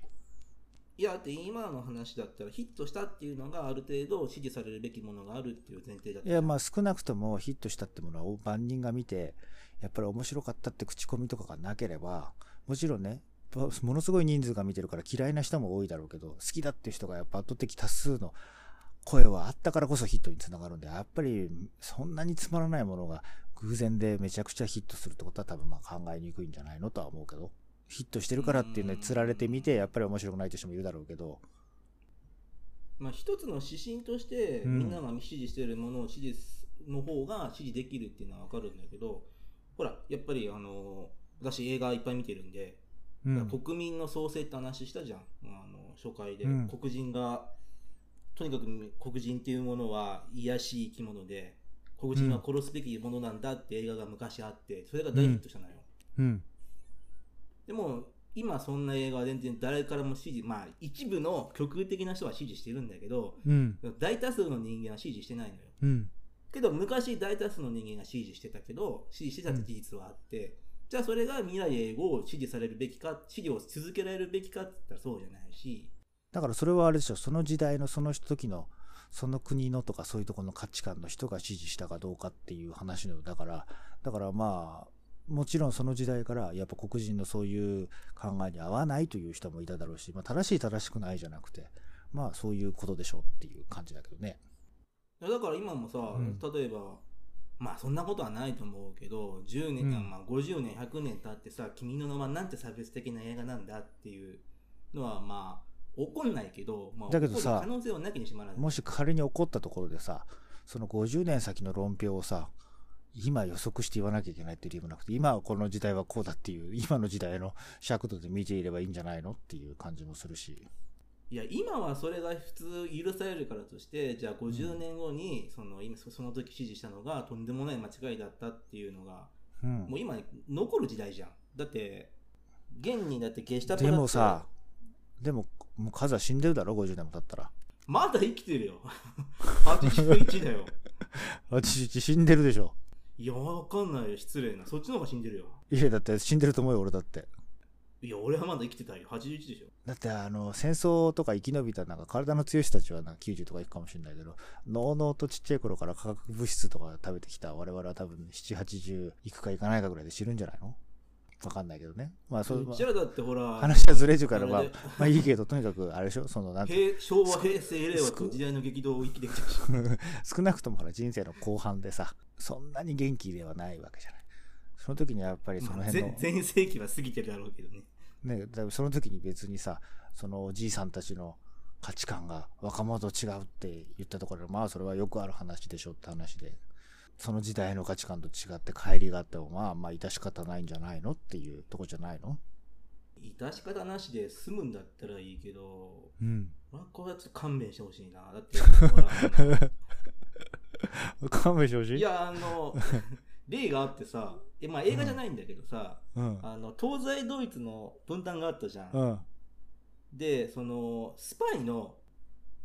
いやだって今の話だったらヒットしたっていうのがある程度支持されるべきものがあるっていう前提だったいや、まあ少なくともヒットしたってものは万人が見て、やっぱり面白かったって口コミとかがなければ、もちろんね、ばものすごい人数が見てるから嫌いな人も多いだろうけど、好きだっていう人がやっぱ圧倒的多数の声はあったからこそヒットにつながるんで、やっぱりそんなにつまらないものが偶然でめちゃくちゃヒットするってことは多分まあ考えにくいんじゃないのとは思うけど、ヒットしてるからっていうのに釣られてみて、やっぱり面白くないという人もいるだろうけど、まあ、一つの指針としてうんみんなが支持しているものを支持すの方が支持できるっていうのは分かるんだけどほらやっぱりあの私映画いっぱい見てるんで、国民の創生って話したじゃんあの初回で、うん黒人がとにかく黒人っていうものは癒やしい生き物で黒人は殺すべきものなんだって映画が昔あってそれが大ヒットしたのよ、うん、でも今そんな映画は全然誰からも支持まあ一部の極右的な人は支持してるんだけどうん、大多数の人間は支持してないのようん、けど昔大多数の人間が支持してたけど支持してたって事実はあって、じゃあそれが未来永劫を支持されるべきか支持を続けられるべきかって言ったらそうじゃないしだからそれはあれでしょ、その時代のその時の、その国のとかそういうところの価値観の人が支持したかどうかっていう話の、だから、だからまあ、もちろんその時代からやっぱ黒人のそういう考えに合わないという人もいただろうし、まあ正しい正しくないじゃなくて、まあそういうことでしょうっていう感じだけどね。だから今もさ、うん例えばまあそんなことはないと思うけど、10年、うんまあ50年、100年経ってさ、君の名はなんて差別的な映画なんだっていうのはまあ怒んないけど、まあ、だけどさ怒る可能性はなきにしもあらず。もし仮に起こったところでさ、その50年先の論評をさ、今予測して言わなきゃいけないっていう理由もなくて、今はこの時代はこうだっていう、今の時代の尺度で見ていればいいんじゃないのっていう感じもするし。いや、今はそれが普通許されるからとして、じゃあ50年後に、その、今、その時指示したのがとんでもない間違いだったっていうのが、うんもう。今、残る時代じゃん。だって、現にだってゲシュタプでだってもさ、でも、もうカズは死んでるだろ、50年も経ったら。まだ生きてるよ。81だよ。私、死んでるでしょ。いや、わかんないよ。失礼な。そっちの方が死んでるよ。いや、だって死んでると思うよ、俺だって。いや、俺はまだ生きてたよ。81でしょ。だってあの戦争とか生き延びたなんか体の強い人たちはなんか90とかいくかもしれないけどのうのうとちっちゃい頃から化学物質とか食べてきた我々は多分780いくかいかないかぐらいで知るんじゃないのわかんないけどねまあそう、うちらだってほら、話はずれるからまああれでまあいいけどとにかくあれでしょそのなんて平昭和、平成、令和と時代の激動を生きてきたし。 *laughs* 少なくともほら人生の後半でさそんなに元気ではないわけじゃないその時にやっぱりそのまあ辺の、全全盛期は過ぎてるだろうけどね。ね、だその時に別にさそのおじいさんたちの価値観が若者と違うって言ったところでまあそれはよくある話でしょって話でその時代の価値観と違って乖離があってもまあまあ致し方ないんじゃないのっていうとこじゃないの致し方なしで済むんだったらいいけど、 *laughs* うん俺はこれはちょっと勘弁してほしいな。だって、ほら、 *laughs* あの勘弁してほしいいや、あの、例があってさ、えまあ映画じゃないんだけどさ、うんあの東西ドイツの分断があったじゃん。うんで、その、スパイの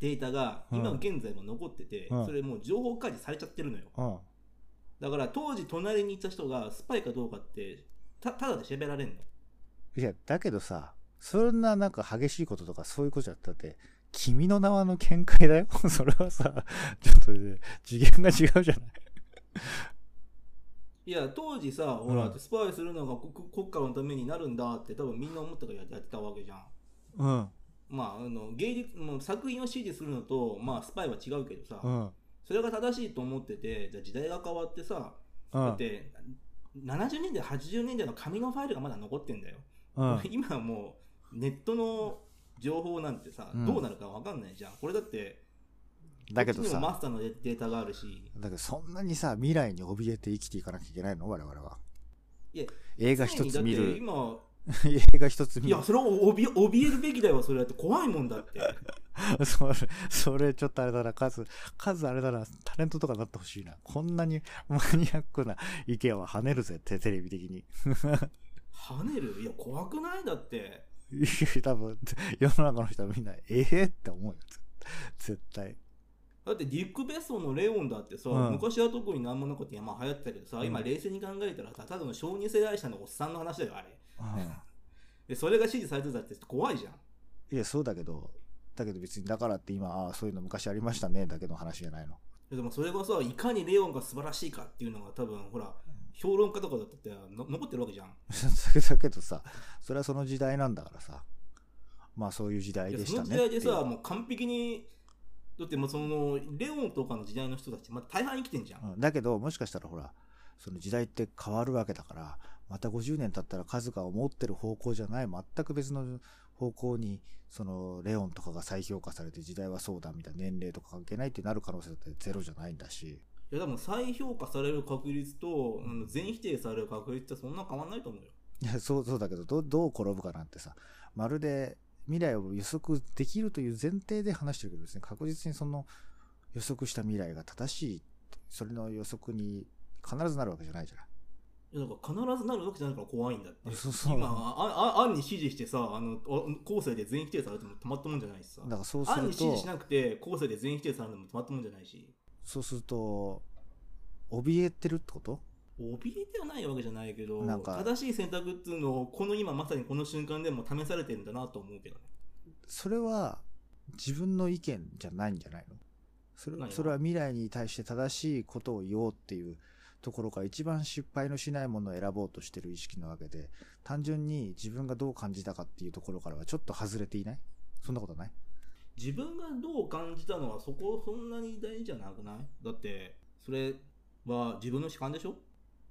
データがうん今現在も残ってて、うんそれもう情報開示されちゃってるのよ。うんだから当時隣にいた人がスパイかどうかって、たただで喋られんの。いやだけどさそんななんか激しいこととかそういうことじゃったって君の名はの見解だよ *laughs* それはさちょっとね次元が違うじゃないいや、当時さ、ほら、うんスパイするのが国国家のためになるんだって多分みんな思ったからややってたわけじゃん。うんまあ、あの芸術もう作品を支持するのと、まあ、スパイは違うけどさ、うんそれが正しいと思っててじゃあ時代が変わってさ、うだっんて70年代80年代の紙のファイルがまだ残ってんだよ、うん *laughs* 今はもうネットの情報なんてさ、うんどうなるか分かんないじゃんこれだってだけどこっちにもさマスターのデータがあるしだけどそんなにさ未来に怯えて生きていかなきゃいけないの我々はいや映画一つ見常にだってる今 *laughs* 映画一つい見るやそれを怯え怯えるべきだよそれだって怖いもんだってそれそれちょっとあれだな数数あれだなタレントとかになってほしいなこんなにマニアックな意見は跳ねるぜテテレビ的に *laughs* 跳ねるいや怖くないだって多分世の中の人はみんなええって思うよ絶対だってディック・ベッソンのレオンだってさ、うん昔は特に何もなかったまあ流行ってたけどさ、今冷静に考えたらさただの小児世代者のおっさんの話だよあれうんでそれが支持されてたって怖いじゃんいやそうだけどだけど別にだからって今ああそういうの昔ありましたねだけの話じゃないのでもそれがさいかにレオンが素晴らしいかっていうのが多分ほら評論家とかだったっての残ってるわけじゃんだけどさそれはその時代なんだからさまあそういう時代いやでしそたのね時代でっさてもう完璧にだってもうそのレオンとかの時代の人たち、まあ、大半生きてんじゃん、いううんだけどもしかしたらほらその時代って変わるわけだからまた50年経ったら数が思ってる方向じゃない全く別の方向にそのレオンとかが再評価されて時代はそうだみたいな年齢とか関係ないってなる可能性だってゼロじゃないんだしいや多分再評価される確率と、あの全否定される確率ってそんな変わんないと思うよいやそう *laughs* そうだけどどどう転ぶかなんてさまるで未来を予測できるという前提で話してるけどですね確実にその予測した未来が正しいそれの予測に必ずなるわけじゃないじゃないいやだから必ずなるわけじゃないから怖いんだってそうそう今ああ案に指示してさあのあ後世で全否定されてもたまったもんじゃないしさだからそうす案にる指示としなくて後世で全否定されてもたまったもんじゃないしそうすると怯えてるってこと怯えてはないわけじゃないけどなんか正しい選択っていうのをこの今まさにこの瞬間でも試されてるんだなと思うけどねそれは自分の意見じゃないんじゃないのそれ何がそれは未来に対して正しいことを言おうっていうところが一番失敗のしないものを選ぼうとしてる意識なわけで単純に自分がどう感じたかっていうところからはちょっと外れていないそんなことない自分がどう感じたのはそこそんなに大事じゃなくないだってそれは自分の主観でしょ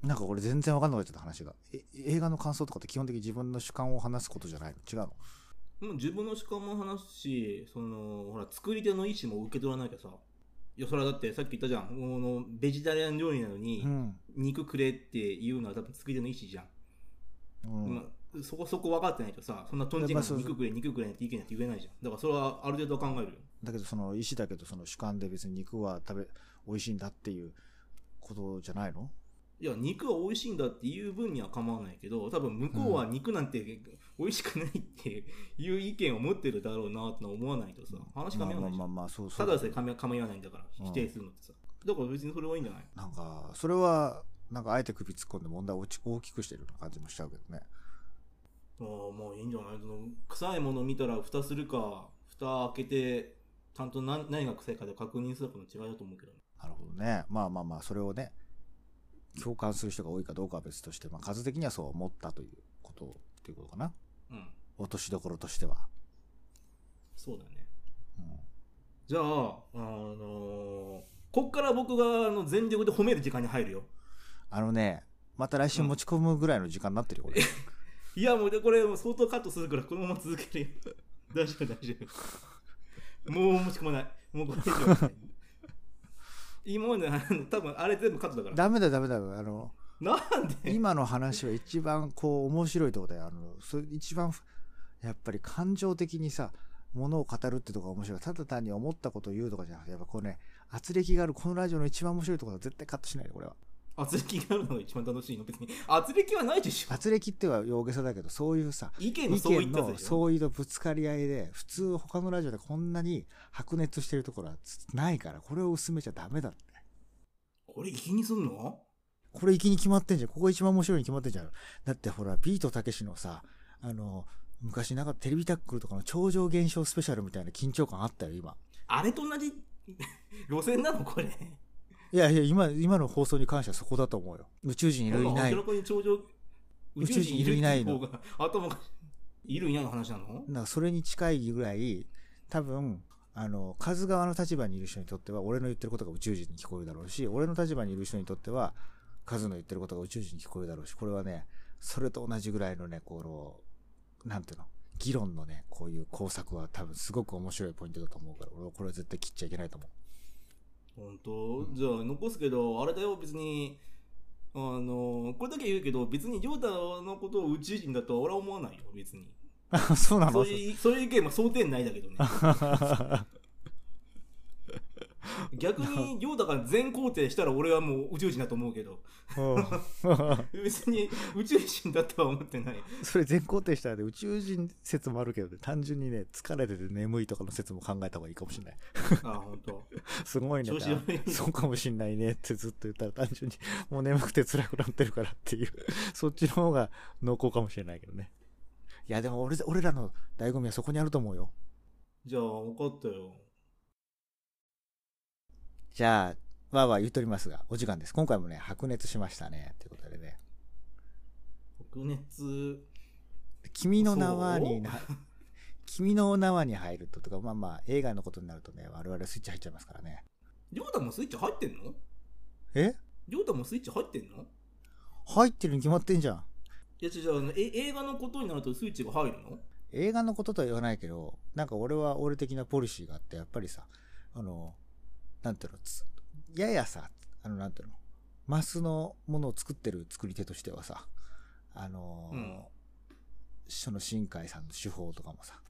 なんか俺全然わかんなかった話がえ映画の感想とかって基本的に自分の主観を話すことじゃないの違うのもう自分の主観も話すしそのほら作り手の意思も受け取らなきゃさいやそれはだってさっき言ったじゃんこのベジタリアン料理なのにうん、肉くれっていうのは多分作り手の意思じゃん、うんまあそこそこ分かってないとさそんなとんちんまかあそうそう肉くれ肉くれって意見なんて言えないじゃんだからそれはある程度は考えるよだけどその意思だけどその主観で別に肉は食べ美味しいんだっていうことじゃないのいや肉は美味しいんだっていう分には構わないけど多分向こうは肉なんて美味しくないって *laughs* いう意見を持ってるだろうなとは思わないとさ話ま噛あみ合まあわないじゃんまあまあそうそただうでさえ噛み噛み合わないんだからうん否定するのってさだから別にそれはいいんじゃないなんかそれはなんかあえて首突っ込んで問題を大き大きくしてるような感じもしちゃうけどねああまあいいんじゃないその臭いもの見たら蓋するか蓋開けてちゃんと何何が臭いかで確認するかの違いだと思うけどねなるほどねまあまあまあそれをね共感する人が多いかどうかは別として、まあ、数的にはそう思ったということっていうことかなうん落としどころとしては、そうだねうんじゃああのーこっから僕があの全力で褒める時間に入るよあのねまた来週持ち込むぐらいの時間になってるよこれ、いやもうでこれもう相当カットするからこのまま続けるよ *laughs* 大丈夫大丈夫もう持ち込まないもうこれ以上はない今まであの多分あれ全部カットだからダメだダメだあのなんで今の話は一番こう面白いとこだよあのそれ一番やっぱり感情的にさものを語るってとこが面白いただ単に思ったことを言うとかじゃなくてやっぱこうね圧力があるこのラジオの一番面白いところは絶対カットしないでこれは圧力があるのが一番楽しいの別に圧力はないでしょ圧力っては大げさだけどそういうさ意見の意そうい見ったやつのでしょ相違とぶつかり合いで普通他のラジオでこんなに白熱してるところはないからこれを薄めちゃダメだってこれ気にすんのこれ行きに決まってんじゃん。ここ一番面白いに決まってんじゃん。だってほら、ビートたけしのさ、あの、昔なんかテレビタックルとかの超常現象スペシャルみたいな緊張感あったよ、今。あれと同じ路線なのこれいやいや、今、今の放送に関してはそこだと思うよ。宇宙人いるいない。この頂上宇宇宙宙人人いいるるいいなないいのの方が頭がいるいないの話なのなんかそれに近いぐらい、多分、あの、数側の立場にいる人にとっては、俺の言ってることが宇宙人に聞こえるだろうし、俺の立場にいる人にとっては、数の言ってることが宇宙人に聞こえるだろうし、これはね、それと同じぐらいのね、この、なんていうの、議論のね、こういう工作は多分すごく面白いポイントだと思うから、俺はこれは絶対切っちゃいけないと思う。 *laughs* 本当じゃあ残すけどあれだよ別にあのこれだけ言うけど別に亮太のことを宇宙人だとは俺は思わないよ別にあ、そうなのそういうそういう意見も想定内だ *laughs* けどね逆に亮太が全肯定したら俺はもう宇宙人だと思うけどうん別に宇宙人だとは思って *laughs* ないそれ全肯定したらね、宇宙人説もあるけどね、単純にね、疲れてて眠いとかの説も考えた方がいいかもしれない。あ本当すごいね調子悪いそうかもしんないねってずっと言ったら単純にもう眠くて辛くなってるからっていう、 *laughs* そっちの方が濃厚かもしれないけどね。いや、でも俺俺らの醍醐味はそこにあると思うよ。じゃあ分かったよじゃあ、わーわー言っとりますが、お時間です。今回もね、白熱しましたね。ということでね。白熱君の名はそうにな、君の名はに入ると、とか、まあまあ、映画のことになるとね、我々スイッチ入っちゃいますからね。亮太もスイッチ入ってんのえ亮太もスイッチ入ってんの入ってるに決まってんじゃん。いや違う違うえ映画のことになるとスイッチが入るの映画のこととは言わないけどなんか俺は俺的なポリシーがあってやっぱりさあのなんていうのつややさあのなんていうのマスのものを作ってる作り手としてはさあの、うんその新海さんの手法とかもさ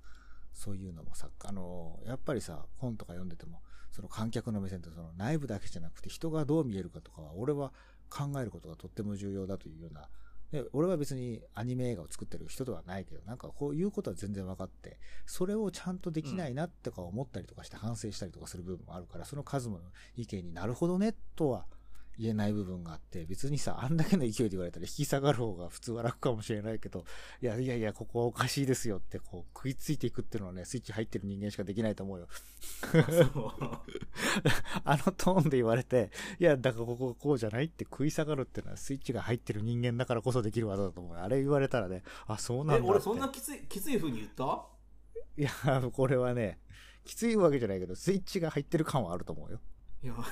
そういうのもさあのやっぱりさ本とか読んでてもその観客の目線とその内部だけじゃなくて人がどう見えるかとかは俺は考えることがとっても重要だというようなで俺は別にアニメ映画を作ってる人ではないけどなんかこういうことは全然分かってそれをちゃんとできないなとか思ったりとかして反省したりとかする部分もあるからその数の意見になるほどねとは言えない部分があって別にさあんだけの勢いで言われたら引き下がる方が普通は楽かもしれないけどいやいやいやここはおかしいですよってこう食いついていくっていうのはねスイッチ入ってる人間しかでき *laughs* ないと思うよそう *laughs* あのトーンで言われて、いや、だからこここうじゃないって食い下がるっていうのはスイッチが入ってる人間だからこそできる技だと思う。あれ言われたらね、あ、そうなえんだって。俺そんなきついきつい風に言った *laughs* いや、これはね、きついわけじゃないけど、スイッチが入ってる感はあると思うよ。いや *laughs*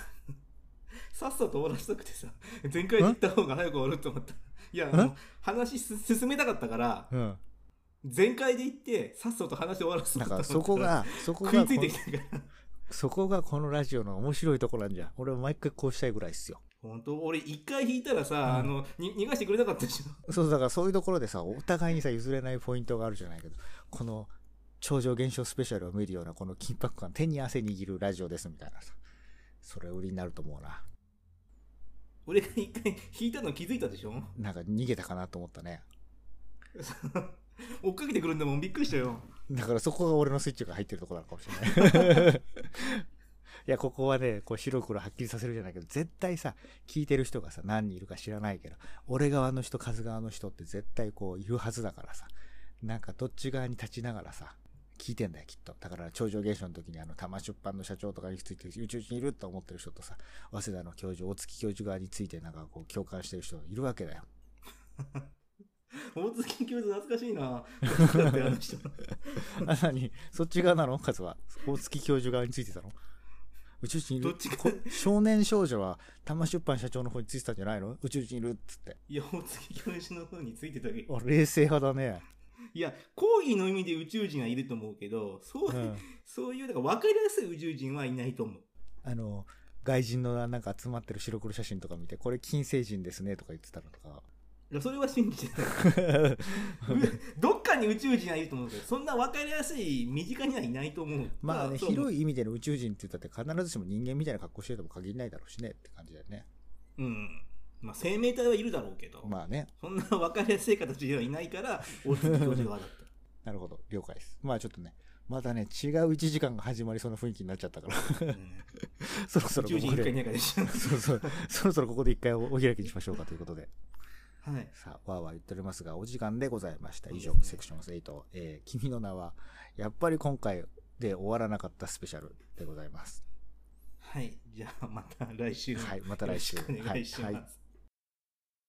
さっさと終わらせたくてさ全開で行った方が早く終わると思ったいやもう話す進めたかったからうん。全開で行ってさっさと話終わらせなんたかっかたそこが、そこ食いがつこいてのき、たからそこがこのラジオの面白いところなんじゃん。俺は毎回こうしたいぐらいっすよ。本当俺一回引いたらさ、あのに逃がしてくれなかったでしょそう、だからそういうところでさ、お互いにさ、譲れないポイントがあるじゃないけど、この、超常現象スペシャルを見るようなこの緊迫感、手に汗握るラジオですみたいなさ。それ売りになると思うな。俺が一回引いたの気づいたでしょ *laughs* なんか逃げたかなと思ったね。追っかけてくるんだもんびっくりしたよだからそこが俺のスイッチが入ってるところなのかもしれ *laughs* ない。いや、ここはね、こう白黒はっきりさせるじゃないけど、絶対さ、聞いてる人がさ、何人いるか知らないけど、俺側の人、カズ側の人って絶対こう、いるはずだからさ、なんかどっち側に立ちながらさ、聞いてんだよ、きっと。だから、超常現象の時に、あの、多摩出版の社長とかについて、宇宙人いると思ってる人とさ、早稲田の教授、大月教授側について、なんかこう、共感してる人いるわけだよ。大月教授懐かしいな *laughs* だってあの人あ、 *laughs* 何そっち側なのカズは。大月教授側についてたの宇宙人いるどっちかこ少年少女は、玉出版社長の方についてたんじゃないの宇宙人いるっつって。いや大月教授の方についてたけどあ、冷静派だね。いや講義の意味で宇宙人はいると思うけどそう,、うん。そういうだから分かりやすい宇宙人はいないと思うあの、外人のなんか集まってる白黒写真とか見て、これ金星人ですねとか言ってたのとか。いやそれは信じてない *laughs* どっかに宇宙人はいると思うけどそんな分かりやすい身近にはいないと思うまあね、い広い意味での宇宙人って言ったって必ずしも人間みたいな格好してるとも限らないだろうしねって感じだよね。うん。まあ、生命体はいるだろうけど、まあね、そんな分かりやすい形ではいないから、大月教授側だっなるほど、了解です。まあちょっとね、またね、違う1時間が始まりそうな雰囲気になっちゃったから、 *laughs* た。うんそろそ宇ろ宙人ここ一で回いないからでしょ。そうそう。そろそろここで一回おお開きにしましょうかということで。はい。さあ、わーわー言っておりますが、お時間でございました。以上そう、ですねセクション8、えー、君の名は、やっぱり今回で終わらなかったスペシャルでございます。はい。じゃあ、また来週。はい、また来週。よろしくお願いします。はいはい